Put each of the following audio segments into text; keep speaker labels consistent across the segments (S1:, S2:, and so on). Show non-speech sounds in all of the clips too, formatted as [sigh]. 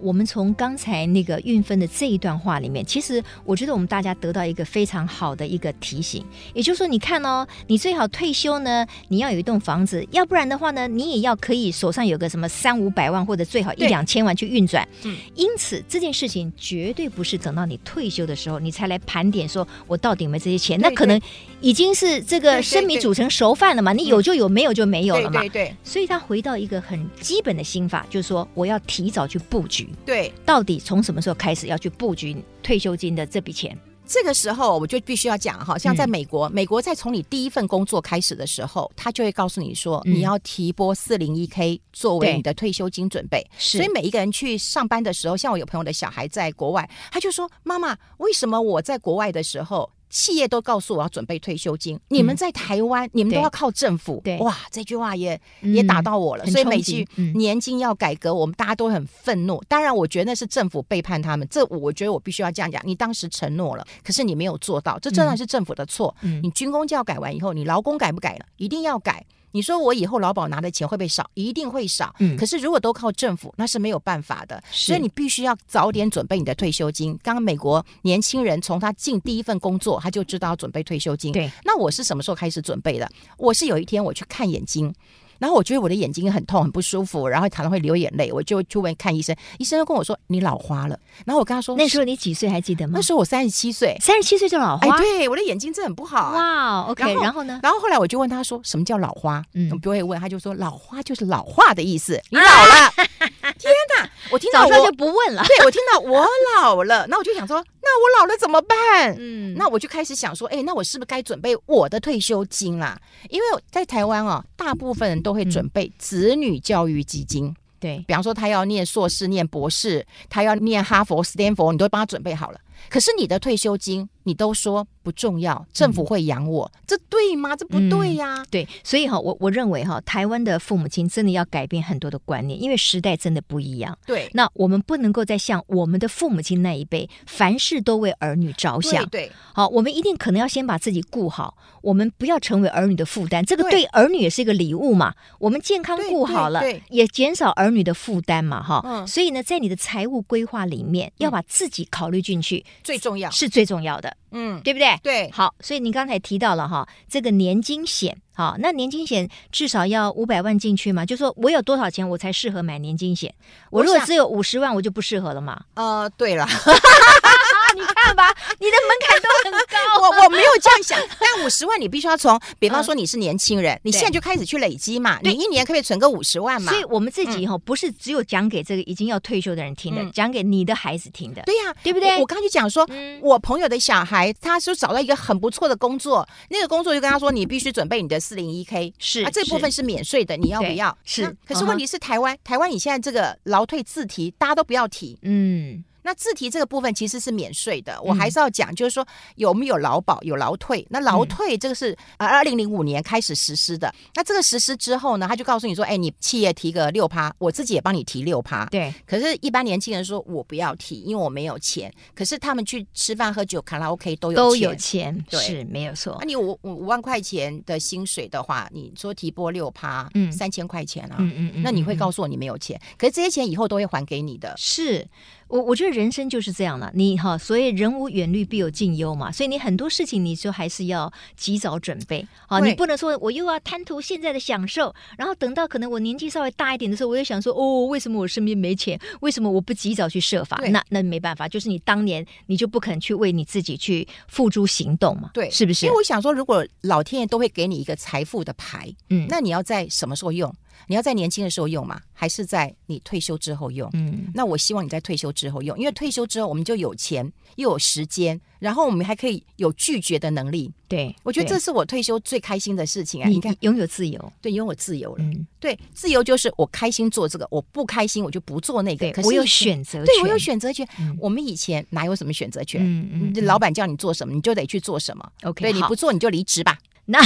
S1: 我们从刚才那个运分的这一段话里面，其实我觉得我们大家得到一个非常好的一个提醒，也就是说，你看哦，你最好退休呢，你要有一栋房子，要不然的话呢，你也要可以手上有个什么三五百万或者最好一
S2: 对
S1: 两千万去运转。
S2: 嗯
S1: 因此这件事情绝对不是等到你退休的时候你才来盘点，说我到底有没有这些钱？
S2: 对
S1: 那可能已经是这
S2: 对
S1: 个
S2: 对
S1: 生米
S2: 对
S1: 煮成熟饭了嘛，你有就有，没有就没有
S2: 对
S1: 了嘛。
S2: 对对
S1: 所以他回到一个很基本的心法，就是说我要提早去布局，
S2: 对，
S1: 到底从什么时候开始要去布局退休金的这笔钱？
S2: 这个时候我就必须要讲哈，
S1: 嗯
S2: 像在美国，美国在从你第一份工作开始的时候，他就会告诉你说，
S1: 嗯
S2: 你要提拨四零一 k 作为
S1: 对
S2: 你的退休金准备。
S1: 是
S2: 所以每一个人去上班的时候，像我有朋友的小孩在国外，他就说：“妈妈，为什么我在国外的时候，企业都告诉我要准备退休金，你们在台湾，你们
S1: 嗯
S2: 都
S1: 对
S2: 要靠政府？”
S1: 对
S2: 哇，这句话也、
S1: 嗯
S2: 也打到我了。
S1: 很
S2: 所以每
S1: 冲击
S2: 句
S1: 嗯
S2: 年金要改革，我们大家都很愤怒。当然，我觉得那是政府背叛他们，这我觉得我必须要这样讲。你当时承诺了，可是你没有做到，这真的是政府的错。
S1: 嗯
S2: 你军工教改完以后，你劳工改不改了？一定要改。你说我以后劳保拿的钱会不会少？一定会少。
S1: 嗯
S2: 可是如果都靠政府，那是没有办法的。
S1: 是
S2: 所以你必须要早点准备你的退休金。刚刚美国年轻人从他进第一份工作，他就知道要准备退休金。
S1: 对，
S2: 那我是什么时候开始准备的？我是有一天我去看眼睛。然后我觉得我的眼睛很痛，很不舒服，然后常常会流眼泪，我就去问看医生，医生就跟我说你老花了。然后我跟他说
S1: 那时候你几岁还记得吗
S2: 那？时候我三十七岁，
S1: 三十七岁就老
S2: 哎
S1: 花，，
S2: 对，我的眼睛真的很不好、啊。
S1: 哇，OK，
S2: 然后
S1: 然后呢？
S2: 然后后来我就问他说：“什么叫老花？”
S1: 嗯啊
S2: 嗯，我不会问，他就说：“老花就是老化的意思，你老了。 [laughs] 天哪！我听到
S1: 早
S2: 我，
S1: 知道就不问了。
S2: 对我听到我老了，那我就想说，那我老了怎么办？
S1: 嗯
S2: 那我就开始想说，哎、那我是不是该准备我的退休金啦？因为在台湾哦，大部分人都会准备子女教育基金。
S1: 对，
S2: 比方说他要念硕士、念博士，他要念哈佛、斯坦福，你都帮他准备好了。可是你的退休金，你都说不重要，政府会养我，这对吗？这不对呀、
S1: 对，所以哈，我我认为哈，台湾的父母亲真的要改变很多的观念，因为时代真的不一样。
S2: 对，
S1: 那我们不能够再像我们的父母亲那一辈，凡事都为儿女着想
S2: 对。对
S1: 好，我们一定可能要先把自己顾好，我们不要成为儿女的负担，这个
S2: 对
S1: 对儿女也是一个礼物嘛。我们健康
S2: 对
S1: 顾
S2: 对
S1: 好了
S2: 对，
S1: 也减少儿女的负担嘛，哈。
S2: 嗯
S1: 所以呢，在你的财务规划里面，要把自己考虑进去
S2: 最重要。
S1: 是最重要的，
S2: 嗯，
S1: 对不对？
S2: 对
S1: 好，所以您刚才提到了哈，这个年金险，好，那年金险至少要五百万进去嘛，就说我有多少钱我才适合买年金险？我
S2: 我
S1: 如果
S2: 想
S1: 只有五十万，我就不适合了
S2: [laughs]
S1: 嘛。
S2: 呃，对了，
S1: 啊，你看吧，你的门槛都很高。
S2: 哦我我没有这样想，但五十万你必须要从，比方说你是年轻人，你现在就开始去累积嘛，你一年可不可以存个五十万嘛
S1: 所？以我们自己哈、不是只有讲给这个已经要退休的人听的，
S2: 嗯
S1: 讲给你的孩子听的。
S2: 对呀、
S1: 对不对
S2: 我我刚刚就讲说，
S1: 嗯
S2: 我朋友的小孩，他是找到一个很不错的工作，那个工作就跟他说，你必须准备你的四零一 k，
S1: 是
S2: 啊，这部分是免税的，你要不
S1: 对
S2: 要？
S1: 是
S2: 那可
S1: 嗯
S2: 是
S1: 哼
S2: 问题是台湾，台湾你现在这个劳退自提，大家都不要提。
S1: 嗯，
S2: 那自提这个部分其实是免税的，我还是要讲，就是说有没有劳保，有劳退。那
S1: 嗯
S2: 劳退这个是呃二零零五年开始实施的，那这个实施之后呢，他就告诉你说，哎，你企业提个六趴，我自己也帮你提六趴。
S1: 对，
S2: 可是，一般年轻人说我不要提，因为我没有钱。可是他们去吃饭、喝酒、卡拉 OK 都有
S1: 都
S2: 钱
S1: 有钱，
S2: 对啊
S1: 是没有错
S2: 那、。你五五五万块钱的薪水的话，你说提拨六趴，
S1: 嗯
S2: 三千块钱啊，
S1: 嗯嗯嗯
S2: 那你会
S1: 嗯
S2: 告诉我你没有钱，可是这些钱以后都会还给你的。
S1: 是我，我觉得人生就是这样了。你哈，所以人无远虑，必有近忧嘛。所以你很多事情，你就还是要及早准备啊。
S2: 对
S1: 你不能说我又要贪图现在的享受，然后等到可能我年纪稍微大一点的时候，我又想说，哦，为什么我身边没钱？为什么我不及早去设法？
S2: 对
S1: 那那没办法，就是你当年你就不肯去为你自己去付诸行动嘛。
S2: 对
S1: 是不是
S2: 因为？我想说，如果老天爷都会给你一个财富的牌，
S1: 嗯
S2: 那你要在什么时候用？你要在年轻的时候用吗？还是在你退休之后用？
S1: 嗯，
S2: 那我希望你在退休之后用，因为退休之后我们就有钱，又有时间，然后我们还可以有拒绝的能力。
S1: 对，
S2: 我觉得
S1: 对
S2: 这是我退休最开心的事情啊！
S1: 你
S2: 你看，
S1: 拥有自由，
S2: 对，拥有自由了。
S1: 嗯，
S2: 对，自由就是我开心做这个，我不开心我就不做那个。
S1: 对
S2: 可是
S1: 我有
S2: 以前，
S1: 选择权，
S2: 对我有选择权。
S1: 嗯
S2: 我们以前哪有什么选择权？
S1: 嗯嗯嗯
S2: 你老板叫你做什么，你就得去做什么。
S1: ，OK，
S2: 对，你
S1: 好
S2: 不做你就离职吧。
S1: 那、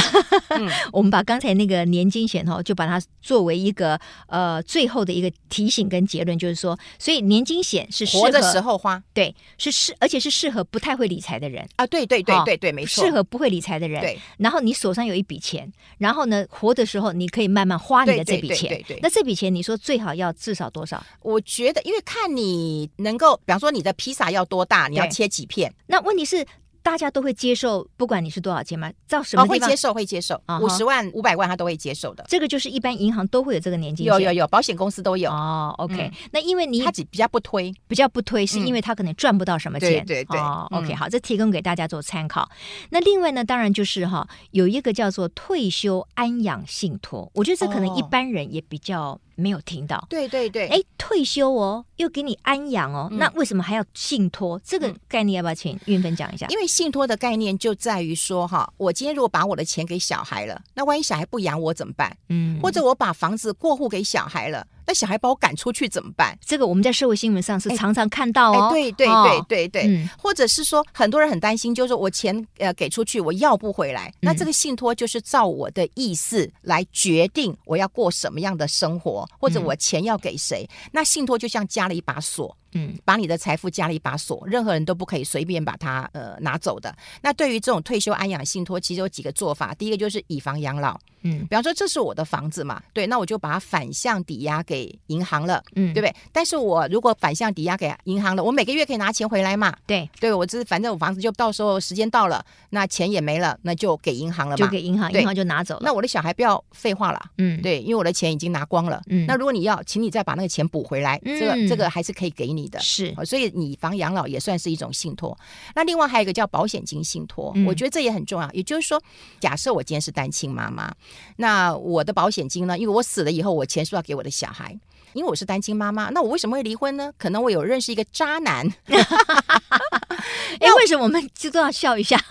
S2: 嗯
S1: 我们把刚才那个年金险哈，就把它作为一个呃最后的一个提醒跟结论，就是说，所以年金险是适合
S2: 活的时候花
S1: 对是适，而且是适合不太会理财的人，
S2: 啊，对对对
S1: 哦
S2: 对对，没错
S1: 适，合不会理财的人。
S2: 对
S1: 然后你手上有一笔钱，然后呢，活的时候你可以慢慢花你的这笔钱。
S2: 对对对对对
S1: 那这笔钱你说最好要至少多少？
S2: 我觉得，因为看你能够，比方说你的披萨要多大，你要
S1: 对
S2: 切几片，
S1: 那问题是大家都会接受，不管你是多少钱嘛，到什
S2: 哦，
S1: 么
S2: 会
S1: 地方，
S2: 接受，会接受
S1: 啊，哈
S2: 五十万、五百万他都会接受的。
S1: 这个就是一般银行都会有这个年金险。
S2: 有有有，保险公司都有，
S1: 哦，OK，、
S2: 嗯
S1: 那因为你
S2: 他只比较不推。
S1: 比较不推，是
S2: 嗯
S1: 因为他可能赚不到什么钱。
S2: 对对对
S1: 哦
S2: 嗯
S1: ，OK，好，这提供给大家做参考。那另外呢，当然就是哈，有一个叫做退休安养信托，我觉得这可能
S2: 哦
S1: 一般人也比较没有听到。
S2: 对对对，
S1: 哎，退休哦，又给你安养哦，
S2: 嗯
S1: 那为什么还要信托？这个概念要不要请运分讲一下？
S2: 因为信托的概念就在于说，哈，我今天如果把我的钱给小孩了，那万一小孩不养我怎么办？
S1: 嗯，
S2: 或者我把房子过户给小孩了，那小孩把我赶出去怎么办？
S1: 这个我们在社会新闻上是常常看到
S2: 哎、
S1: 哦。
S2: 对对
S1: 哦
S2: 对对对，
S1: 嗯
S2: 或者是说很多人很担心，就是说我钱呃给出去，我要不回来，那这个信托就是照我的意思来决定我要过什么样的生活，或者我钱要给谁。那信托就像加了一把锁，
S1: 嗯
S2: 把你的财富加了一把锁，任何人都不可以随便把它呃拿走的。那对于这种退休安养信托，其实有几个做法，第一个就是以房养老，
S1: 嗯
S2: 比方说这是我的房子嘛，对，那我就把它反向抵押给银行了，
S1: 嗯，
S2: 对不
S1: 对
S2: 对？但是我如果反向抵押给银行了，我每个月可以拿钱回来嘛，对我这反正我房子就到时候时间到了，那钱也没了，那就给银行了
S1: 就
S2: 嘛。
S1: 给银行，
S2: 对
S1: 银行就拿走了。
S2: 那我的小孩不要废话了，
S1: 嗯，
S2: 对，因为我的钱已经拿光了。
S1: 嗯
S2: 那如果你要，请你再把那个钱补回来，这
S1: 嗯
S2: 个这个还是可以给你的。
S1: 是
S2: 哦所以以房养老也算是一种信托。那另外还有一个叫保险金信托，
S1: 嗯
S2: 我觉得这也很重要。也就是说，假设我今天是单亲妈妈，那我的保险金呢？因为我死了以后，我钱是要给我的小孩。因为我是单亲妈妈，那我为什么会离婚呢？可能我有认识一个渣男， [laughs]
S1: 哎，为什么我们就都要笑一下？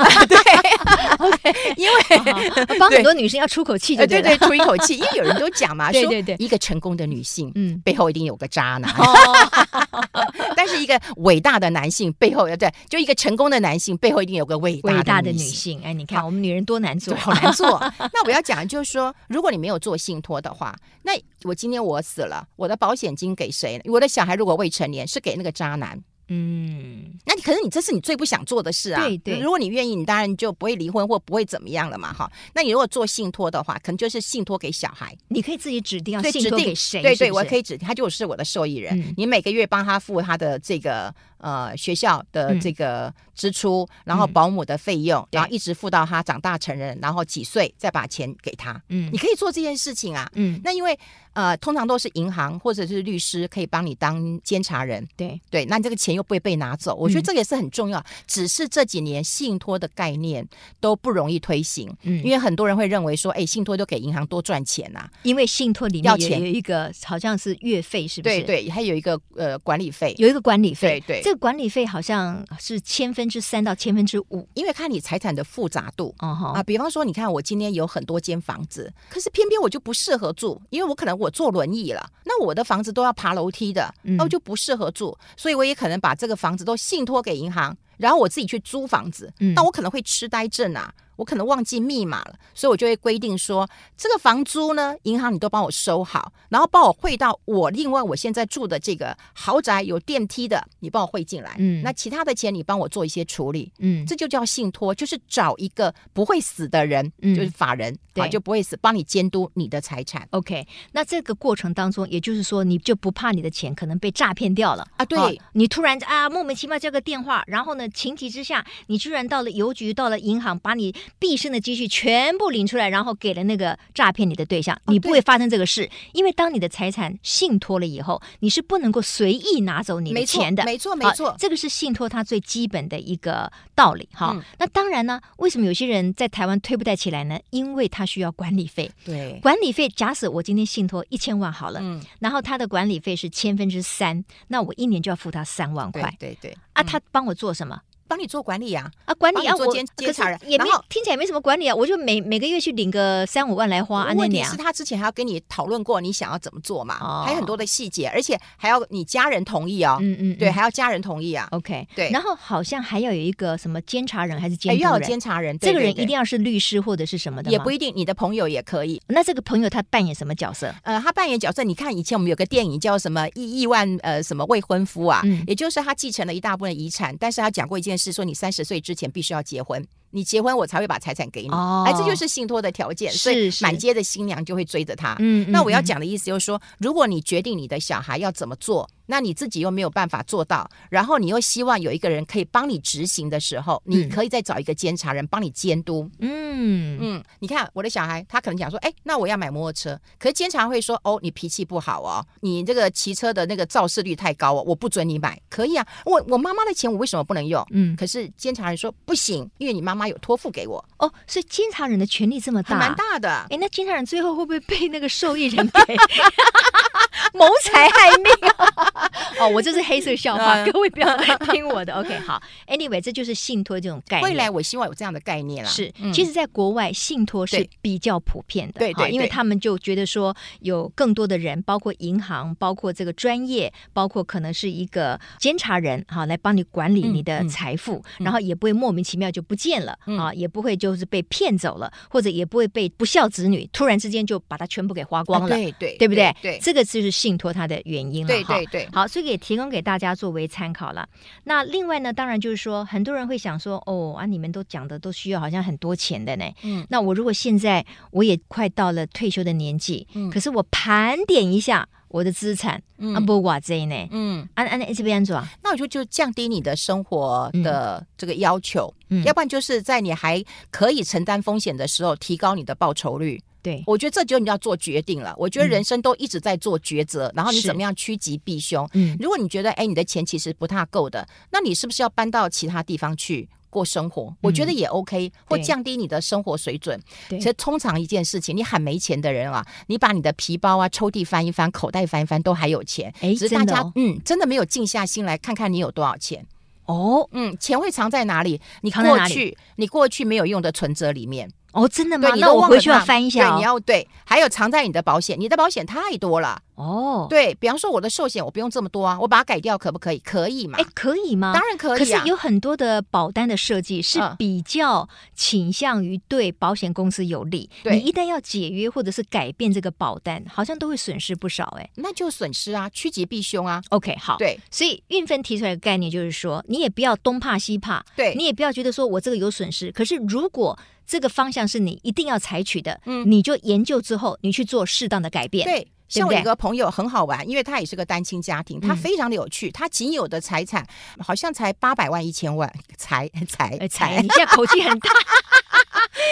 S2: 因为
S1: [laughs] 哦帮很多女生要出口气就
S2: 呃对
S1: 对
S2: 对
S1: 了，
S2: 出一口气，因为有人都讲嘛，
S1: 对
S2: 说
S1: 对对
S2: 一个成功的女性。
S1: 嗯。
S2: 背后一定有个渣男，
S1: [laughs] 哦，
S2: 但是一个伟大的男性背后，对，就一个成功的男性背后一定有个伟
S1: 伟大
S2: 大
S1: 的
S2: 的
S1: 女
S2: 女性。
S1: 性，哎，你看我们女人多难做啊
S2: 对，，好难做。那我要讲的就是说，如果你没有做信托的话，那我今天我死了，我的保险金给谁？我的小孩如果未成年，是给那个渣男。
S1: 嗯，
S2: 那你可是你这是你最不想做的事啊！
S1: 对对
S2: 如果你愿意，你当然就不会离婚或不会怎么样了嘛，哈。那你如果做信托的话，可能就是信托给小孩，
S1: 你可以自己指定要
S2: 对，
S1: 信
S2: 指
S1: 托
S2: 定
S1: 给谁，
S2: 对对，
S1: 是不
S2: 我
S1: 是
S2: 可以指定，他就是我的受益人。
S1: 嗯
S2: 你每个月帮他付他的这个呃学校的
S1: 嗯
S2: 这个支出，然后
S1: 嗯
S2: 保姆的费用，然后
S1: 对
S2: 一直付到他长大成人，然后几岁再把钱给他。
S1: 嗯
S2: 你可以做这件事情啊。
S1: 嗯，
S2: 那因为呃，通常都是银行或者是律师可以帮你当监察人，
S1: 对，
S2: 对，那你这个钱又不会被拿走，我觉得
S1: 嗯
S2: 这个也是很重要。只是这几年信托的概念都不容易推行，
S1: 嗯
S2: 因为很多人会认为说，哎，信托就给银行多赚钱啊呐、
S1: 因为信托里面
S2: 要
S1: 也
S2: 钱
S1: 有一个好像是月费，是不是？
S2: 对，对，还有一个呃管理费，
S1: 有一个管理费，
S2: 对对
S1: 这个管理费好像是千分之三到千分之五，
S2: 因为看你财产的复杂度。
S1: 哦
S2: 啊，
S1: 哈，
S2: 比方说，你看我今天有很多间房子，可是偏偏我就不适合住，因为我可能我坐轮椅了，那我的房子都要爬楼梯的，
S1: 嗯
S2: 那我就不适合住，所以我也可能把这个房子都信托给银行，然后我自己去租房子，
S1: 嗯
S2: 那我可能会痴呆症啊，我可能忘记密码了，所以我就会规定说，这个房租呢，银行你都帮我收好，然后帮我汇到我另外我现在住的这个豪宅有电梯的，你帮我汇进来，
S1: 嗯
S2: 那其他的钱你帮我做一些处理，
S1: 嗯，
S2: 这就叫信托，就是找一个不会死的人，
S1: 嗯
S2: 就是法人，
S1: 对
S2: 啊，就不会死，帮你监督你的财产
S1: OK，那这个过程当中，也就是说，你就不怕你的钱可能被诈骗掉了
S2: 啊。对，
S1: 哦你突然啊莫名其妙接个电话，然后呢，情急之下，你居然到了邮局，到了银行，把你毕生的积蓄全部领出来，然后给了那个诈骗你的对象，你不
S2: 啊对
S1: 会发生这个事，因为当你的财产信托了以后，你是不能够随意拿走你的
S2: 没错
S1: 钱的，哦
S2: 没错，没
S1: 好，
S2: 错。
S1: 这个是信托它最基本的一个道理哈。
S2: 嗯
S1: 那当然呢，为什么有些人在台湾推不太起来呢？因为它需要管理费，
S2: 对，
S1: 管理费假使我今天信托一千万好了，
S2: 嗯，
S1: 然后它的管理费是千分之三，那我一年就要付他三万
S2: 对
S1: 块
S2: 对对，
S1: 啊，他帮我做什么？
S2: 帮你做管理呀、
S1: 啊，管理
S2: 帮
S1: 啊，
S2: 你做
S1: 我
S2: 监
S1: 可
S2: 监察
S1: 是
S2: 人
S1: 也没
S2: 然后
S1: 听起来没什么管理啊，我就每每个月去领个三五万来花，安那啊
S2: 问题
S1: 俩
S2: 是他之前还要跟你讨论过你想要怎么做嘛，
S1: 哦
S2: 还有很多的细节，而且还要你家人同意哦。
S1: 嗯嗯，
S2: 对，
S1: 嗯
S2: 还要家人同意啊。
S1: ，OK，
S2: 对
S1: 然后好像还要有一个什么监察人还是监
S2: 哎
S1: 督人，
S2: 要有监察人，对
S1: 这个人
S2: 对对
S1: 一定要是律师或者是什么的吗，
S2: 也不一定，你的朋友也可以。
S1: 那这个朋友他扮演什么角色？
S2: 呃，他扮演角色，你看以前我们有个电影叫什么《亿亿万呃什么未婚夫》啊，
S1: 嗯
S2: 也就是他继承了一大部分的遗产，但是他讲过一件事，说你三十岁之前必须要结婚，你结婚我才会把财产给你。
S1: 哦
S2: 哎，这就是信托的条件，所以
S1: 是是
S2: 满街的新娘就会追着他。
S1: 嗯，
S2: 那我要
S1: 嗯，
S2: 讲的意思就是说，如果你决定你的小孩要怎么做，那你自己又没有办法做到，然后你又希望有一个人可以帮你执行的时候，你
S1: 嗯
S2: 可以再找一个监察人帮你监督。
S1: 嗯嗯
S2: 嗯，你看我的小孩，他可能讲说，哎、那我要买摩托车，可是监察会说，哦，你脾气不好哦，你这个骑车的那个肇事率太高哦，我不准你买。可以啊，我我妈妈的钱我为什么不能用？
S1: 嗯，
S2: 可是监察人说不行，因为你妈妈有托付给我，
S1: 哦，所以监察人的权力这么
S2: 还
S1: 大，
S2: 蛮。大的。
S1: 哎，那监察人最后会不会被那个受益人给
S2: 啊
S1: 谋
S2: [laughs]
S1: 财害命、 [laughs] 哦，我这是黑色笑话，
S2: 嗯
S1: 各位不要听
S2: [laughs]
S1: 我的。OK，好，Anyway，这就是信托这种概念。
S2: 未来我希望有这样的概念啦。
S1: 是，
S2: 嗯
S1: 其实，在国外信托是
S2: 对
S1: 比较普遍的，
S2: 对
S1: 哈
S2: 对
S1: 因为
S2: 对
S1: 他们就觉得说有更多的人，包括银行，包括这个专业，包括可能是一个监察人，哈，来帮你管理
S2: 嗯
S1: 你的
S2: 嗯
S1: 财富，然后也不会莫名其妙就不见了，
S2: 嗯
S1: 啊，也不会就是被骗走了，或者也不会被不孝子女突然之间就把它全部给花光了，
S2: 啊对对
S1: 对不对？
S2: 对
S1: 这个就是信托它的原因了，
S2: 对
S1: 哈
S2: 对对，
S1: 好，所以也提供给大家作为参考了。那另外呢，当然就是说，很多人会想说，哦啊，你们都讲的都需要好像很多钱的呢。
S2: 嗯，
S1: 那我如果现在我也快到了退休的年纪，
S2: 嗯
S1: 可是我盘点一下我的资产，啊
S2: 嗯
S1: 不哇这呢，
S2: 嗯，
S1: 安安这边安啊怎？
S2: 那我就就降低你的生活的这个要求，
S1: 嗯
S2: 要不然就是在你还可以承担风险的时候，提高你的报酬率。
S1: 对，
S2: 我觉得这就你要做决定了。我觉得人生都一直在做抉择，然后你
S1: 嗯是
S2: 怎么样趋吉避凶。
S1: 嗯
S2: 如果你觉得哎你的钱其实不太够的，那你是不是要搬到其他地方去？过生活，我觉得也 OK，、或
S1: 嗯对
S2: 降低你的生活水准。
S1: 对
S2: 其实通常一件事情，你很没钱的人啊，你把你的皮包啊、抽屉翻一翻、口袋翻一翻，都还有钱。
S1: 哎
S2: 只是大
S1: 真的
S2: 家、
S1: 哦
S2: 嗯，真的没有静下心来看看你有多少钱。
S1: 哦
S2: 嗯，钱会藏在哪里？你
S1: 藏在哪
S2: 过
S1: 里
S2: 去你过去没有用的存折里面。
S1: 哦，真的吗
S2: 对，？你
S1: 那
S2: 都
S1: 我
S2: 忘
S1: 回
S2: 了
S1: 去要
S2: 它
S1: 翻一下
S2: 对，你
S1: 哦。
S2: 要对，还有藏在你的保险，你的保险太多了。
S1: 哦，
S2: 对比方说我的寿险，我不用这么多啊，我把它改掉可不可以？可以嘛
S1: 哎？，可以吗？
S2: 当然可
S1: 可
S2: 以
S1: 是
S2: 啊。
S1: 有很多的保单的设计是
S2: 嗯
S1: 比较倾向于对保险公司有利。
S2: 对
S1: 你一旦要解约或者是改变这个保单，好像都会损失不少、哎
S2: 那就损失啊，趋吉避凶啊。
S1: ，OK，好。
S2: 对
S1: 所以运分提出来的概念就是说，你也不要东怕西怕，
S2: 对
S1: 你也不要觉得说我这个有损失。可是如果这个方向是你一定要采取的，
S2: 嗯
S1: 你就研究之后，你去做适当的改变。，
S2: 对。
S1: 对
S2: 像
S1: 不
S2: 我
S1: 对
S2: 有一个朋友很好玩，因为他也是个单亲家庭，他
S1: 嗯
S2: 非常的有趣，他仅有的财产好像才八百万一千万， [laughs] 才才
S1: 哎，才，你现在口气很大，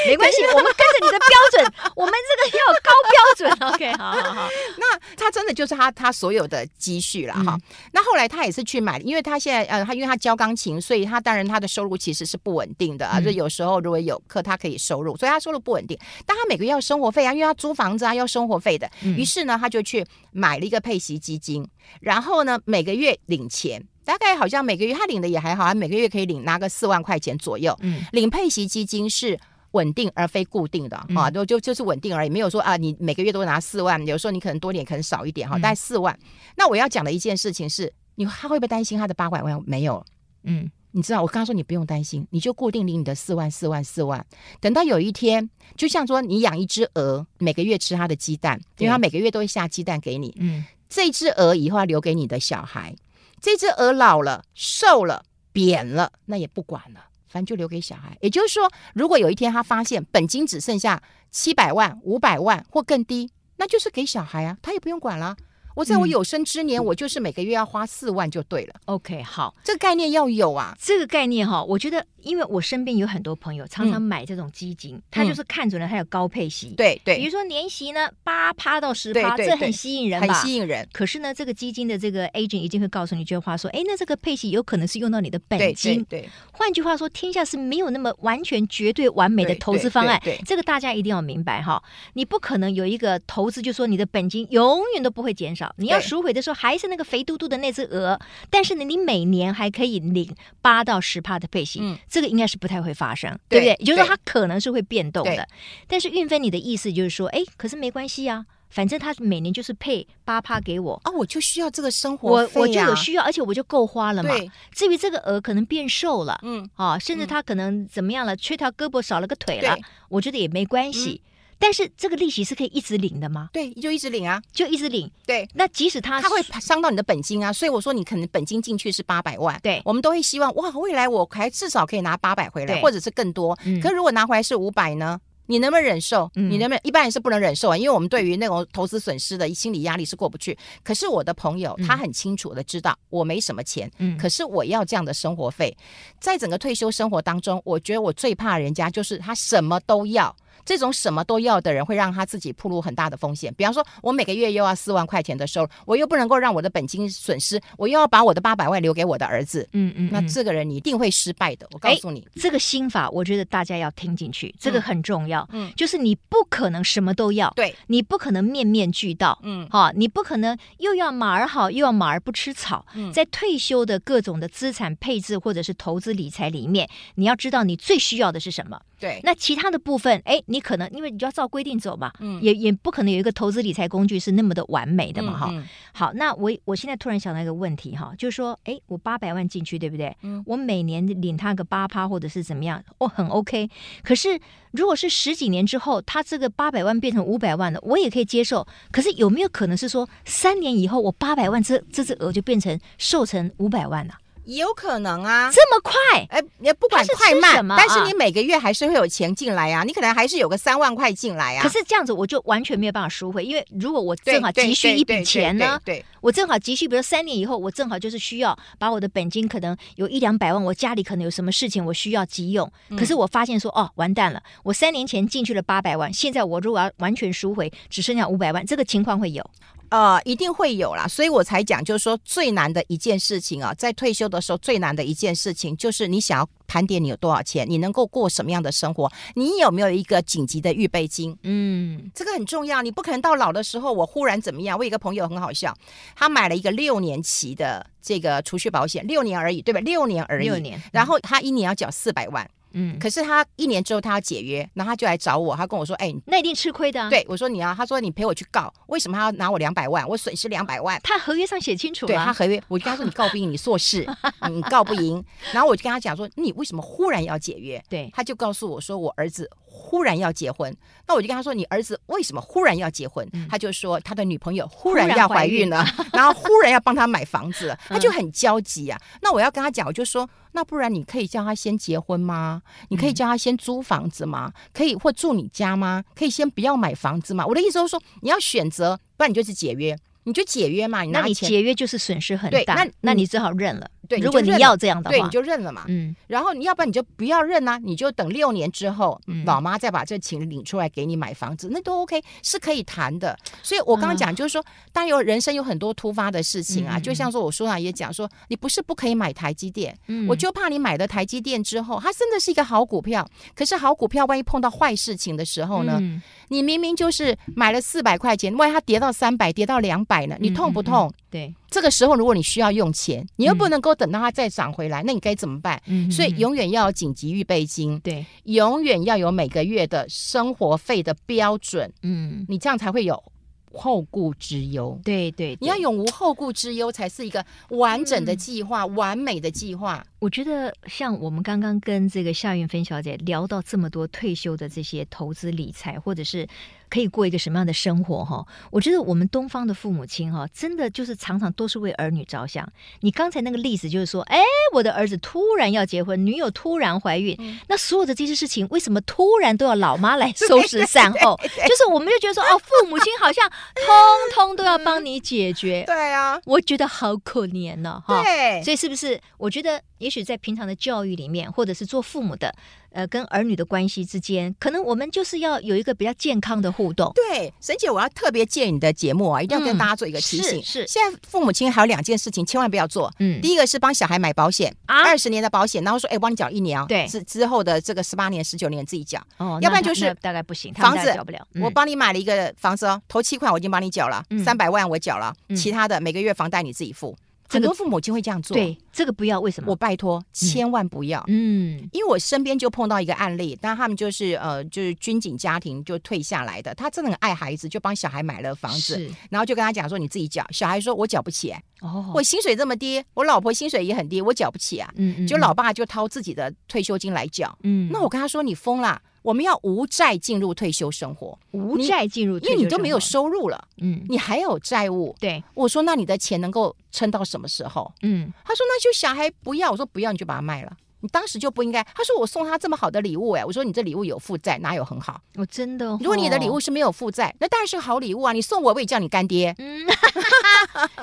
S2: 没
S1: [laughs] 没
S2: 关
S1: 关
S2: 系
S1: 系，，我们跟着你的标准，我们这个要有高标准。OK，好 [laughs] 好好，
S2: [laughs] 那他真的就是他他所有的积蓄
S1: 嗯
S2: 了哈。那后来他也是去买，因为他现在呃，他因为他教钢琴，所以他当然他的收入其实是不稳定的啊。
S1: 嗯
S2: 就有时候如果有课，他可以收入，所以他收入不稳定。但他每个月要生活费啊，因为他租房子啊要生活费的。
S1: 嗯
S2: 于是呢，他就去买了一个配息基金，然后呢每个月领钱，大概好像每个月他领的也还好，他每个月可以领拿个四万块钱左右。
S1: 嗯
S2: 领配息基金是。稳定而非固定的啊，就就就是稳定而已，没有说啊，你每个月都拿四万，有时候你可能多点，可能少一点哈，
S1: 嗯
S2: 大概四万。那我要讲的一件事情是，你他会不会担心他的八百万没有？
S1: 嗯，
S2: 你知道，我跟他说你不用担心，你就固定领你的四万、四万、四万。等到有一天，就像说你养一只鹅，每个月吃它的鸡蛋，因
S1: 对
S2: 为它每个月都会下鸡蛋给你。
S1: 嗯，
S2: 这只鹅以后要留给你的小孩，这只鹅老了、瘦了、扁了，那也不管了，反正就留给小孩。也就是说，如果有一天他发现本金只剩下七百万、五百万或更低，那就是给小孩啊，他也不用管了。我在我
S1: 嗯
S2: 有生之年，我就是每个月要花四万就对了，
S1: OK，好。
S2: 这个概念要有啊。
S1: 这个概念哈，我觉得，因为我身边有很多朋友常常买这种基金，他就是看准了它有高配息，、
S2: 嗯对
S1: 比
S2: 对
S1: 如，说年息呢八趴到十
S2: 对
S1: 趴，
S2: 对
S1: 这
S2: 对
S1: 很吸引人
S2: 很
S1: 吧？
S2: 吸引人。
S1: 可是呢，这个基金的这个 agent 一定会告诉你一句话说，哎，那这个配息有可能是用到你的本
S2: 对对
S1: 金。
S2: 对，
S1: 换句话说，天下是没有那么完全绝对完美的
S2: 对
S1: 投资方案
S2: 对对对，
S1: 这个大家一定要明白哈。你不可能有一个投资就说你的本金永远都不会减少，你要
S2: 对
S1: 赎回的时候还是那个肥嘟嘟的那只鹅，但是呢，你每年还可以领八到十趴的配息，
S2: 嗯
S1: 这个应该是不太会发生，
S2: 对
S1: 不对？也就是说，
S2: 对
S1: 它可能是会变动的
S2: 对。
S1: 但是运分你的意思就是说，哎，可是没关系啊，反正它每年就是配八趴给我。
S2: 啊，我就需要这个生活
S1: 我
S2: 费
S1: 我就
S2: 啊
S1: 有需要，而且我就够花了嘛。
S2: 对，
S1: 至于这个鹅可能变瘦了，
S2: 嗯，
S1: 啊，甚至
S2: 嗯
S1: 他可能怎么样了，缺条胳膊少了个腿了
S2: 对，嗯
S1: 我觉得也没关系。但是这个利息是可以一直领的吗？
S2: 对，就一直领啊，
S1: 就一直领？
S2: 对。
S1: 那即使他
S2: 它会伤到你的本金啊，所以我说你可能本金进去是八百万，
S1: 对
S2: 我们都会希望哇，未来我还至少可以拿八百回来，
S1: 对
S2: 或者是更多。
S1: 嗯
S2: 可如果拿回来是五百呢？你能不能忍受？
S1: 嗯
S2: 你能不能？一般人是不能忍受啊，因为我们对于那种投资损失的心理压力是过不去。可是我的朋友
S1: 嗯
S2: 他很清楚的知道，我没什么钱，
S1: 嗯
S2: 可是我要这样的生活费，在整个退休生活当中，我觉得我最怕人家就是他什么都要。这种什么都要的人，会让他自己暴露很大的风险。比方说，我每个月又要四万块钱的收入，我又不能够让我的本金损失，我又要把我的八百万留给我的儿子，
S1: 嗯嗯，哎
S2: 那
S1: 嗯
S2: 这个人你一定会失败的。我告诉你，
S1: 这个心法，我觉得大家要听进去，这个
S2: 嗯
S1: 很重要。
S2: 嗯
S1: 就是你不可能什么都要，
S2: 对，
S1: 你不可能面面俱到。
S2: 嗯，
S1: 哈、你不可能又要马儿好，又要马儿不吃草。
S2: 嗯
S1: 在退休的各种的资产配置或者是投资理财里面，你要知道你最需要的是什么。
S2: 对，
S1: 那其他的部分，哎，你可能因为你就要照规定走嘛，
S2: 嗯
S1: 也也不可能有一个投资理财工具是那么的完美的嘛，哈、
S2: 嗯嗯
S1: 好，那我我现在突然想到一个问题哈，就是说，哎，我八百万进去，对不对？
S2: 嗯
S1: 我每年领他个八趴或者是怎么样，哦，很 OK。可是如果是十几年之后，他这个八百万变成五百万了，我也可以接受。可是有没有可能是说，三年以后我八百万这这只鹅就变成瘦成五百万了、
S2: 也有可能啊。
S1: 这么快？
S2: 哎，也不管
S1: 它是吃
S2: 快慢
S1: 什么，
S2: 但是
S1: 啊
S2: 你每个月还是会有钱进来啊，你可能还是有个三万块进来啊。
S1: 可是这样子我就完全没有办法赎回，因为如果我
S2: 对
S1: 正好
S2: 对
S1: 急需
S2: 对
S1: 一
S2: 对
S1: 笔
S2: 对
S1: 钱
S2: 对
S1: 呢，
S2: 对，
S1: 我正好急需，比如三年以后，我正好就是需要把我的本金可能有一两百万，我家里可能有什么事情我需要急用，
S2: 嗯
S1: 可是我发现说哦，完蛋了，我三年前进去了八百万，现在我如果要完全赎回，只剩下五百万，这个情况会有。
S2: 呃，一定会有啦，所以我才讲，就是说最难的一件事情啊，在退休的时候最难的一件事情，就是你想要盘点你有多少钱，你能够过什么样的生活，你有没有一个紧急的预备金，
S1: 嗯
S2: 这个很重要。你不可能到老的时候，我忽然怎么样？我有一个朋友很好笑，他买了一个六年期的这个储蓄保险，六年而已，对吧？六年而已，
S1: 六年
S2: 然后他一年要缴四百万，
S1: 嗯，
S2: 可是他一年之后他要解约，然后他就来找我，他跟我说：“哎、你
S1: 那一定吃亏的、啊。，
S2: 对我说你啊，他说你陪我去告，为什么他要拿我两百万？我损失两百万。”
S1: 他合约上写清楚啊
S2: 对
S1: 了、
S2: 他合约，我就跟他 [laughs] 说你告不赢，你硕士，你告不赢。然后我就跟他讲说，你为什么忽然要解约？
S1: 对
S2: 他就告诉我说，我儿子忽然要结婚。那我就跟他说，你儿子为什么忽然要结婚？他就说他的女朋友忽然
S1: 然
S2: 要
S1: 怀
S2: 怀
S1: 孕
S2: 孕了， [laughs] 嗯然后嗯忽然要帮他买房子了，他就很焦急啊。那我要跟他讲，我就说。那不然你可以叫他先结婚吗？你可以叫他先租房子吗？可以或住你家吗？可以先不要买房子吗？我的意思就是说，你要选择，不然你就是解约，你就解约嘛。你
S1: 那
S2: 拿
S1: 你
S2: 钱
S1: 解约就是损失很
S2: 对
S1: 大，
S2: 那
S1: 那
S2: 你
S1: 你只好认了。
S2: 对你
S1: 如果
S2: 就
S1: 你
S2: 认
S1: 要
S2: 了
S1: 这样的话，
S2: 对，你就认了嘛。
S1: 嗯
S2: 然后你要不然你就不要认啊，你就等六年之后，
S1: 嗯
S2: 老妈再把这钱领出来给你买房子，那都 OK，是可以谈的。所以我刚刚讲就是说，当然有人生有很多突发的事情啊，
S1: 啊嗯嗯
S2: 就像说我书上也讲说，你不是不可以买台积电，
S1: 嗯，
S2: 我就怕你买了台积电之后，它真的是一个好股票，可是好股票万一碰到坏事情的时候呢，
S1: 嗯
S2: 你明明就是买了四百块钱，万一它跌到三百，跌到两百呢，你痛不
S1: 嗯嗯
S2: 痛？？
S1: 嗯对，
S2: 这个时候，如果你需要用钱，你又不能够等到它再涨回来，那你该怎么办？
S1: 嗯
S2: 所以
S1: 嗯嗯
S2: 永远要有紧急预备金，
S1: 对，
S2: 永远要有每个月的生活费的标准，
S1: 嗯，
S2: 你这样才会有后顾之忧。
S1: 对对，
S2: 你要
S1: 对
S2: 永无后顾之忧，才是一个完整的计划、完美的计划。
S1: 我觉得像我们刚刚跟这个夏运芬小姐聊到这么多退休的这些投资理财，或者是可以过一个什么样的生活哈，我觉得我们东方的父母亲哈，真的就是常常都是为儿女着想。你刚才那个例子就是说，哎，我的儿子突然要结婚，女友突然怀孕，
S2: 嗯
S1: 那所有的这些事情为什么突然都要老妈来收拾善后？就是我们就觉得说，哦，父母亲好像通通都要帮你解决，
S2: 对啊，
S1: 我觉得好可怜呢、哈。
S2: 对，
S1: 所以是不是？我觉得也许在平常的教育里面，或者是做父母的，呃，跟儿女的关系之间，可能我们就是要有一个比较健康的互动。
S2: 对，沈姐，我要特别建议你的节目啊，一定要跟
S1: 嗯
S2: 大家做一个提
S1: 是
S2: 醒。
S1: 是
S2: 现在父母亲还有两件事情千万不要做。
S1: 嗯，
S2: 第一个是帮小孩买保险，
S1: 啊
S2: 二十、年的保险，然后说，哎、我帮你缴一年啊，
S1: 对
S2: 之之后的这个十八年、十九年自己缴。
S1: 哦，
S2: 要
S1: 那
S2: 不
S1: 他
S2: 然就是
S1: 那大概不行，他们
S2: 房
S1: 大概
S2: 子
S1: 交不了。
S2: 我
S1: 嗯
S2: 帮你买了一个房子哦，头期款我已经帮你缴了
S1: 嗯，
S2: 三百、万我缴了，
S1: 嗯
S2: 其他的每个月房贷你自己付。
S1: 这
S2: 很
S1: 个
S2: 多父母亲会这样做，，
S1: 对这个不要，为什
S2: 我
S1: 么？
S2: 拜托，千万不要。
S1: 嗯
S2: 因为我身边就碰到一个案例，但他们就是呃，就是军警家庭就退下来的，他真的很爱孩子，就帮小孩买了房子，
S1: 是
S2: 然后就跟他讲说你自己缴，小孩说我缴不起、
S1: 哦，
S2: 我薪水这么低，我老婆薪水也很低，我缴不起啊，
S1: 嗯嗯
S2: 就老爸就掏自己的退休金来缴，
S1: 嗯，
S2: 那我跟他说你疯啦，我们要无债进入退休生活，
S1: 无
S2: 你
S1: 债进入退
S2: 因
S1: 休生活，
S2: 为你都没有收入了，
S1: 嗯，
S2: 你还有债务。
S1: 对，
S2: 我说那你的钱能够撑到什么时候？
S1: 嗯
S2: 他说那就小孩不要，我说不要你就把它卖了。你当时就不应该。他说我送他这么好的礼物、哎，我说你这礼物有负债，哪有很好？
S1: 我真的哦，
S2: 如果你的礼物是没有负债，那当然是个好礼物啊！你送我，我也叫你干爹。
S1: 嗯， [laughs]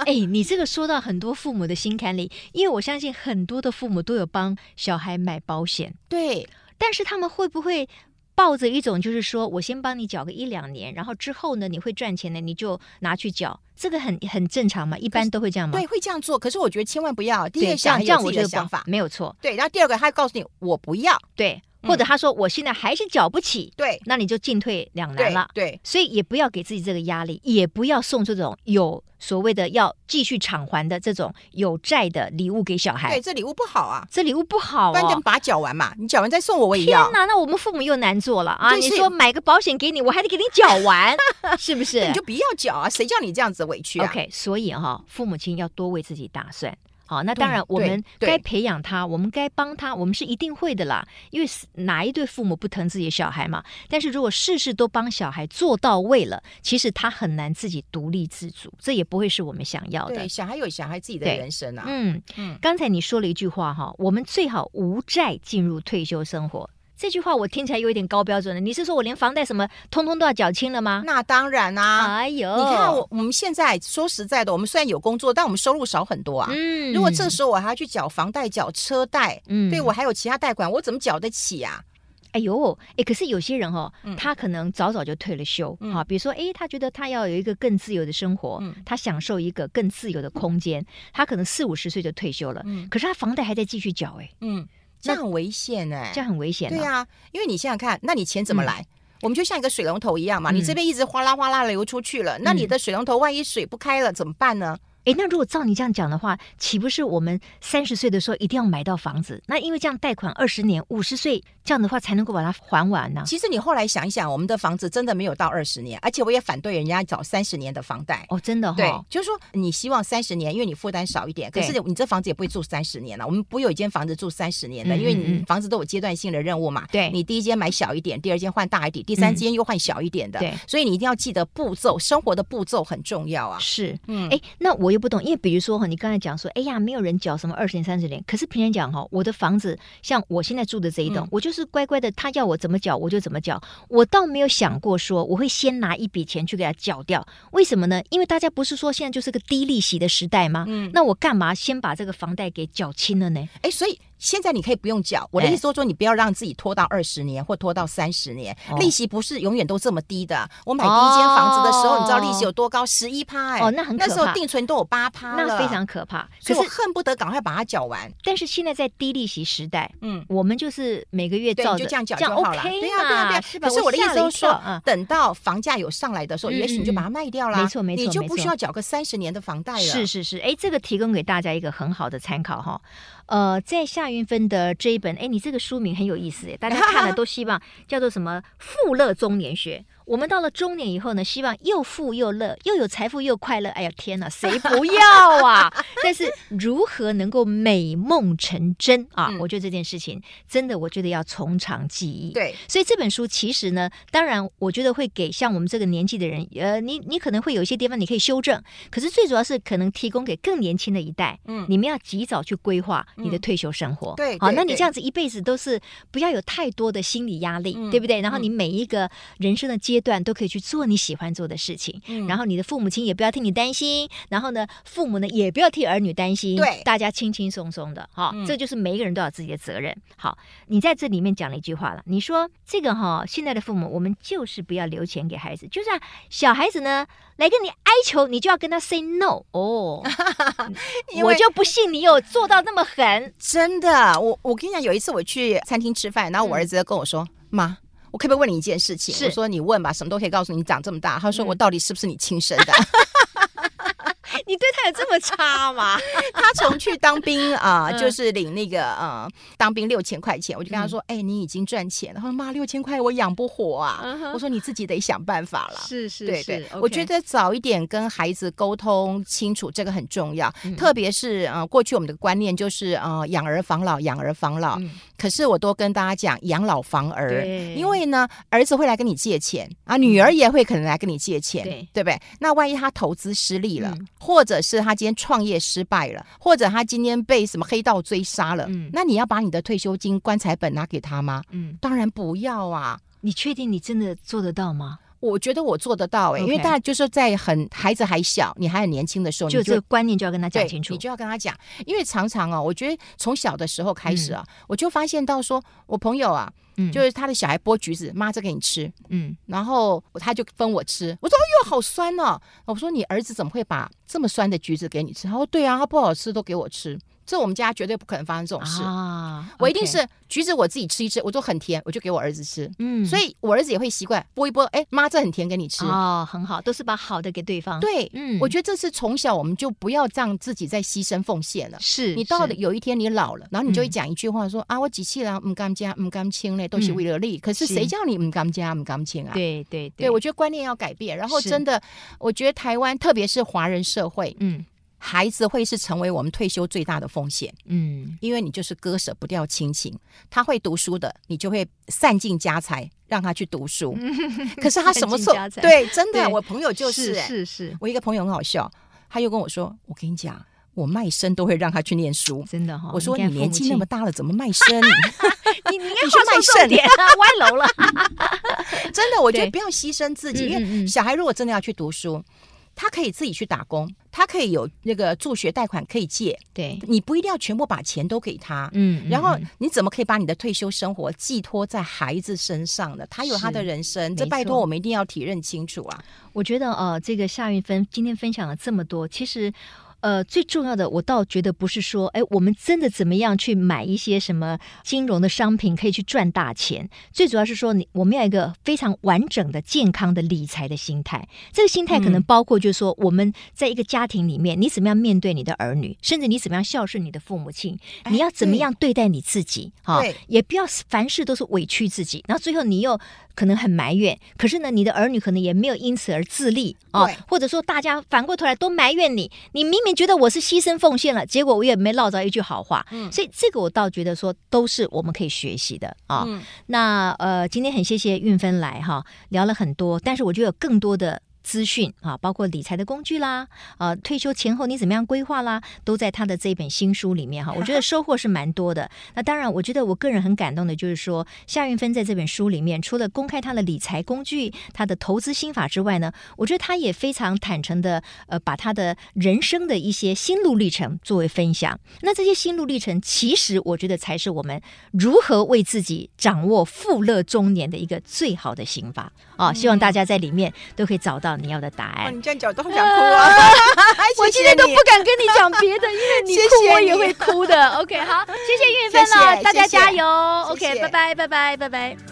S1: 哎，你这个说到很多父母的心坎里，因为我相信很多的父母都有帮小孩买保险，
S2: 对，
S1: 但是他们会不会抱着一种就是说我先帮你缴个一两年，然后之后呢你会赚钱的你就拿去缴，这个很很正常嘛，一般都会这样吗？
S2: 对，会这样做。可是我觉得千万不要。第
S1: 对，
S2: 一个，
S1: 这样
S2: 小孩
S1: 这
S2: 有
S1: 样
S2: 自
S1: 我
S2: 己
S1: 觉
S2: 的
S1: 得
S2: 想
S1: 不
S2: 法。
S1: 没有错，
S2: 对，然后第二个，他告诉你我不要。
S1: 对，
S2: 嗯
S1: 或者他说我现在还是缴不起，
S2: 对，
S1: 那你就进退两难
S2: 对
S1: 了，。
S2: 对，
S1: 所以也不要给自己这个压力，也不要送这种有所谓的要继续偿还的这种有债的礼物给小孩
S2: 对，。这礼物不好啊，
S1: 这礼物不好
S2: 不然
S1: 哦
S2: 等！把它缴完嘛，你缴完再送我，我也
S1: 天
S2: 要。
S1: 哪，那我们父母又难做了啊！
S2: 对
S1: 你
S2: 所以
S1: 说买个保险给你，我还得给你缴
S2: [laughs]
S1: 完，是不是
S2: 你就不要缴啊，谁叫你这样子委屈啊？
S1: ？OK，所以哈、父母亲要多为自己打算。好，那当然，
S2: 对
S1: 我们
S2: 对
S1: 该培养他，我们该帮他，我们是一定会的啦。因为是哪一对父母不疼自己的小孩嘛？但是如果事事都帮小孩做到位了，其实他很难自己独立自主，这也不会是我们想要的
S2: 对，。小孩有小孩自己的
S1: 对
S2: 人生啊。
S1: 嗯
S2: 嗯，
S1: 刚才你说了一句话哈，我们最好无债进入退休生活。这句话我听起来有一点高标准了。你是说我连房贷什么通通都要缴清了吗？
S2: 那当然嗯啊，
S1: 哎呦，
S2: 你看我，我们现在说实在的，我们虽然有工作，但我们收入少很多啊。
S1: 嗯
S2: 如果这个时候我还要去缴房贷、缴车贷，
S1: 嗯
S2: 对我还有其他贷款，我怎么缴得起啊？
S1: 哎呦，哎，可是有些人哦，
S2: 嗯
S1: 他可能早早就退了休，
S2: 嗯
S1: 啊，比如说，哎，他觉得他要有一个更自由的生活，
S2: 嗯
S1: 他享受一个更自由的空间，他可能四五十岁就退休了，
S2: 嗯
S1: 可是他房贷还在继续缴，哎，
S2: 嗯，这样很危险哎、
S1: 这样很危险、哦，
S2: 对啊，因为你想想看，那你钱怎么来？我们就像一个水龙头一样嘛，
S1: 嗯
S2: 你这边一直哗啦哗啦流出去了，那你的水龙头万一水不开了怎么办呢？
S1: 诶，哎那如果照你这样讲的话，岂不是我们三十岁的时候一定要买到房子？那因为这样贷款二十年，五十岁这样的话才能够把它还完啊呢、
S2: 其实你后来想一想，我们的房子真的没有到二十年，而且我也反对人家找三十年的房贷。
S1: 哦，真的哈、
S2: 对，就是说你希望三十年，因为你负担少一点，可
S1: 对
S2: 是你这房子也不会住三十年了。我们不会有一间房子住三十年的，
S1: 嗯
S2: 因为
S1: 嗯
S2: 你
S1: 嗯
S2: 房子都有阶段性的任务嘛。
S1: 对
S2: 你第一间买小一点，第二间换大一点，第三间又换小一点的。
S1: 对
S2: 所以你一定要记得步骤，生活的步骤很重要啊。
S1: 是。
S2: 嗯，
S1: 诶，那我又不懂，因为比如说哈，你刚才讲说，哎呀，没有人缴什么二十年、三十年，可是平常讲哈，我的房子像我现在住的这一栋，
S2: 嗯
S1: 我就是乖乖的，他要我怎么缴我就怎么缴，我倒没有想过说我会先拿一笔钱去给他缴掉，为什么呢？因为大家不是说现在就是个低利息的时代吗？
S2: 嗯
S1: 那我干嘛先把这个房贷给缴清了呢？
S2: 哎，所以现在你可以不用缴。我的
S1: 哎
S2: 意思说，说你不要让自己拖到二十年或拖到三十年，
S1: 哦
S2: 利息不是永远都这么低的。我买第一间房子的时候，你知道利息有多高？十一趴，哎，
S1: 哦那很可怕
S2: 那时候定存都有八趴了，
S1: 那非。常可怕。可
S2: 所以我
S1: 是，
S2: 恨不得赶快把它缴完。
S1: 但是现在在低利息时代，
S2: 嗯。
S1: 我们就是每个月
S2: 对，
S1: 照
S2: 你
S1: 着
S2: 就这样缴
S1: 这
S2: 就
S1: 样
S2: 好了。
S1: OK
S2: 对呀、
S1: 嘛
S2: 对呀、对呀、
S1: 是吧？
S2: 可是我的意思
S1: 吓了
S2: 就
S1: 一
S2: 是说
S1: 跳，啊
S2: 等到房价有上来的时候，
S1: 嗯
S2: 也许你就
S1: 嗯嗯
S2: 把它卖掉啦。
S1: 没错没错
S2: 你就
S1: 没
S2: 不需
S1: 错
S2: 要缴个三十年的房贷了。
S1: 是是是，哎，这个提供给大家一个很好的参考哈。呃，在夏云芬的这一本，哎，你这个书名很有意思，哎，大家
S2: [laughs]
S1: 看了都希望叫做什么“富乐中年学”。我们到了中年以后呢，希望又富又乐，又有财富又快乐。哎呀，天哪，谁
S2: [laughs]
S1: 不要啊？但是如何能够美梦成真啊？
S2: 嗯
S1: 我觉得这件事情真的，我觉得要从长计议。
S2: 对，
S1: 所以这本书其实呢，当然我觉得会给像我们这个年纪的人，呃，你你可能会有一些地方你可以修正，可是最主要是可能提供给更年轻的一代，
S2: 嗯
S1: 你们要及早去规划你的
S2: 嗯
S1: 退休生活。
S2: 对
S1: 好，
S2: 对
S1: 那你
S2: 对
S1: 这样子一辈子都是不要有太多的心理压力，
S2: 嗯
S1: 对不对？然后
S2: 嗯
S1: 你每一个人生的阶阶段都可以去做你喜欢做的事情。
S2: 嗯
S1: 然后你的父母亲也不要替你担心，然后呢，父母呢也不要替儿女担心，
S2: 对
S1: 大家轻轻松松的哈、
S2: 嗯，
S1: 这就是每一个人都有自己的责任。好，你在这里面讲了一句话了，你说这个哈、现在的父母我们就是不要留钱给孩子，就算小孩子呢来跟你哀求，你就要跟他 say no [laughs] 哦
S2: 因
S1: 我
S2: 为
S1: 就不信你有做到那么狠，
S2: 真的，我我跟你讲，有一次我去餐厅吃饭，然后我
S1: 嗯
S2: 儿子跟我说：“妈，我可不可以问你一件事情？”
S1: 是
S2: 我说：“你问吧，什么都可以告诉你。你长这么大，他说
S1: 嗯
S2: 我到底是不是你亲生的？
S1: [laughs]
S2: [laughs]
S1: 你对他有这么差吗？
S2: 他从去当兵啊、
S1: 嗯
S2: 就是领那个呃，当兵六千块钱，我就跟他
S1: 嗯
S2: 说：“哎、你已经赚钱了。”他说：“妈，六千块我养不活啊。
S1: [laughs] 嗯哼
S2: 我说：“你自己得想办法了。”
S1: 是是
S2: 对对我觉得早一点跟孩子沟通清楚，这个很重要。
S1: 嗯
S2: 特别是呃，过去我们的观念就是呃，养儿防老，养儿防老。
S1: 嗯
S2: 可是我多跟大家讲，养老防儿，
S1: 对嗯
S2: 因为呢，儿子会来跟你借钱啊，女儿也会可能来跟你借钱，
S1: 对
S2: 对不对？那万一他投资失利了，
S1: 嗯
S2: 或者是他今天创业失败了，或者他今天被什么黑道追杀了，
S1: 嗯
S2: 那你要把你的退休金、棺材本拿给他吗？
S1: 嗯，
S2: 当然不要啊。
S1: 你确定你真的做得到吗？
S2: 我觉得我做得到哎、因为
S1: OK
S2: 大家就是在很孩子还小，你还很年轻的时候，
S1: 哦就
S2: 你
S1: 这
S2: 就
S1: 个观念就要跟他讲
S2: 对
S1: 清楚
S2: 你。就要跟他讲，因为常常哦，我觉得从小的时候开始啊，我就发现到说，我朋友啊，
S1: 嗯
S2: 就是他的小孩剥橘子，妈这给你吃，
S1: 嗯，
S2: 然后他就分我吃，我说哎呦好酸哦，我说你儿子怎么会把这么酸的橘子给你吃？他说对啊，他不好吃都给我吃，这我们家绝对不可能发生这种事，
S1: 啊
S2: 我一定
S1: OK
S2: 是橘子我自己吃一吃，我都很甜，我就给我儿子吃。
S1: 嗯，
S2: 所
S1: 以
S2: 以我儿子也会习惯剥一剥，哎，妈这很甜，给你吃。
S1: 哦，很好，都是把好的给对方。，
S2: 对，
S1: 嗯
S2: 我觉得这是从小我们就不要让自己在牺牲奉献了。
S1: 是
S2: 你到了
S1: 是
S2: 有一天你老了，然后你就会
S1: 嗯
S2: 讲一句话说、啊，我几气了，唔甘加，唔甘清嘞，都是
S1: 嗯
S2: 为了利。可是
S1: 是
S2: 谁叫你唔甘加，唔甘清啊？
S1: 对对
S2: 对，我觉得观念要改变。然后
S1: 是
S2: 真的，我觉得台湾特别是华人社会，
S1: 嗯
S2: 孩子会是成为我们退休最大的风险，
S1: 嗯，
S2: 因为你就是割舍不掉亲情。他会读书的，你就会散尽家财让他去
S1: [laughs]
S2: 读书。可是他什么时
S1: 散尽
S2: 候
S1: 家财
S2: 对，真的，
S1: 对
S2: 我朋友就是是、哎
S1: 是是，
S2: 我一个朋友很好笑，他又跟我说：“我跟你讲，我卖身都会让他去念书。
S1: 真的哈。
S2: 我说：“你
S1: 看哦父
S2: 年
S1: 母
S2: 纪那
S1: 亲
S2: 么，大了，怎么卖身？”
S1: 你 [laughs] 你应该
S2: 你去
S1: 画
S2: 卖
S1: 重
S2: 肾
S1: 点啊，歪楼了。
S2: 真的，我觉得
S1: 对
S2: 不要牺牲自己，
S1: 嗯
S2: 因
S1: 嗯
S2: 为
S1: 嗯
S2: 小孩如果真的要去读书，他可以自己去打工，他可以有那个助学贷款可以借，
S1: [laughs] 对，
S2: 你不一定要全部把钱都给他。
S1: 嗯
S2: 然后
S1: 嗯
S2: 你怎么可以把你的退休生活寄托在孩子身上呢？他有他的
S1: 是
S2: 人生，
S1: 没
S2: 这拜托
S1: 错
S2: 我们一定要体认清楚啊！
S1: 我觉得呃，这个夏运芬今天分享了这么多，其实。呃，最重要的，我倒觉得不是说，哎，我们真的怎么样去买一些什么金融的商品可以去赚大钱？最主要是说你，我们要有一个非常完整的、健康的理财的心态。这个心态可
S2: 嗯
S1: 能包括，就是说，我们在一个家庭里面，你怎么样面对你的儿女，甚至你怎么样孝顺你的父母亲，
S2: 哎
S1: 你要怎么
S2: 对
S1: 样对待你自己？哈、
S2: 对
S1: 也不要凡事都是委屈自己，然后最后你又可能很埋怨，可是呢，你的儿女可能也没有因此而自立啊
S2: 对，
S1: 或者说大家反过头来都埋怨你，你明明觉得我是牺牲奉献了，结果我也没落着一句好话，
S2: 嗯
S1: 所以这个我倒觉得说都是我们可以学习的啊。
S2: 嗯
S1: 那呃，今天很谢谢运芬来哈，聊了很多，但是我觉得有更多的。资讯啊，包括理财的工具啦，呃，退休前后你怎么样规划啦，都在他的这本新书里面哈。我觉得收获是蛮多的。那当然，我觉得我个人很感动的就是说，夏运芬在这本书里面，除了公开她的理财工具、她的投资心法之外呢，我觉得她也非常坦诚的，呃，把她的人生的一些心路历程作为分享。那这些心路历程，其实我觉得才是我们如何为自己掌握富乐中年的一个最好的心法啊！希望大家在里面都可以找到你要的答案。
S2: 哦你这样讲，都很想哭 [laughs] 啊！
S1: 我今天都不敢跟你讲别的，因为你
S2: 谢
S1: 哭
S2: 谢
S1: 我也
S2: 你
S1: 会哭的。OK，好，谢谢运芬了，啊
S2: 谢谢
S1: 大家
S2: 谢谢
S1: 加油。
S2: 谢谢
S1: OK，拜拜，拜拜，拜拜。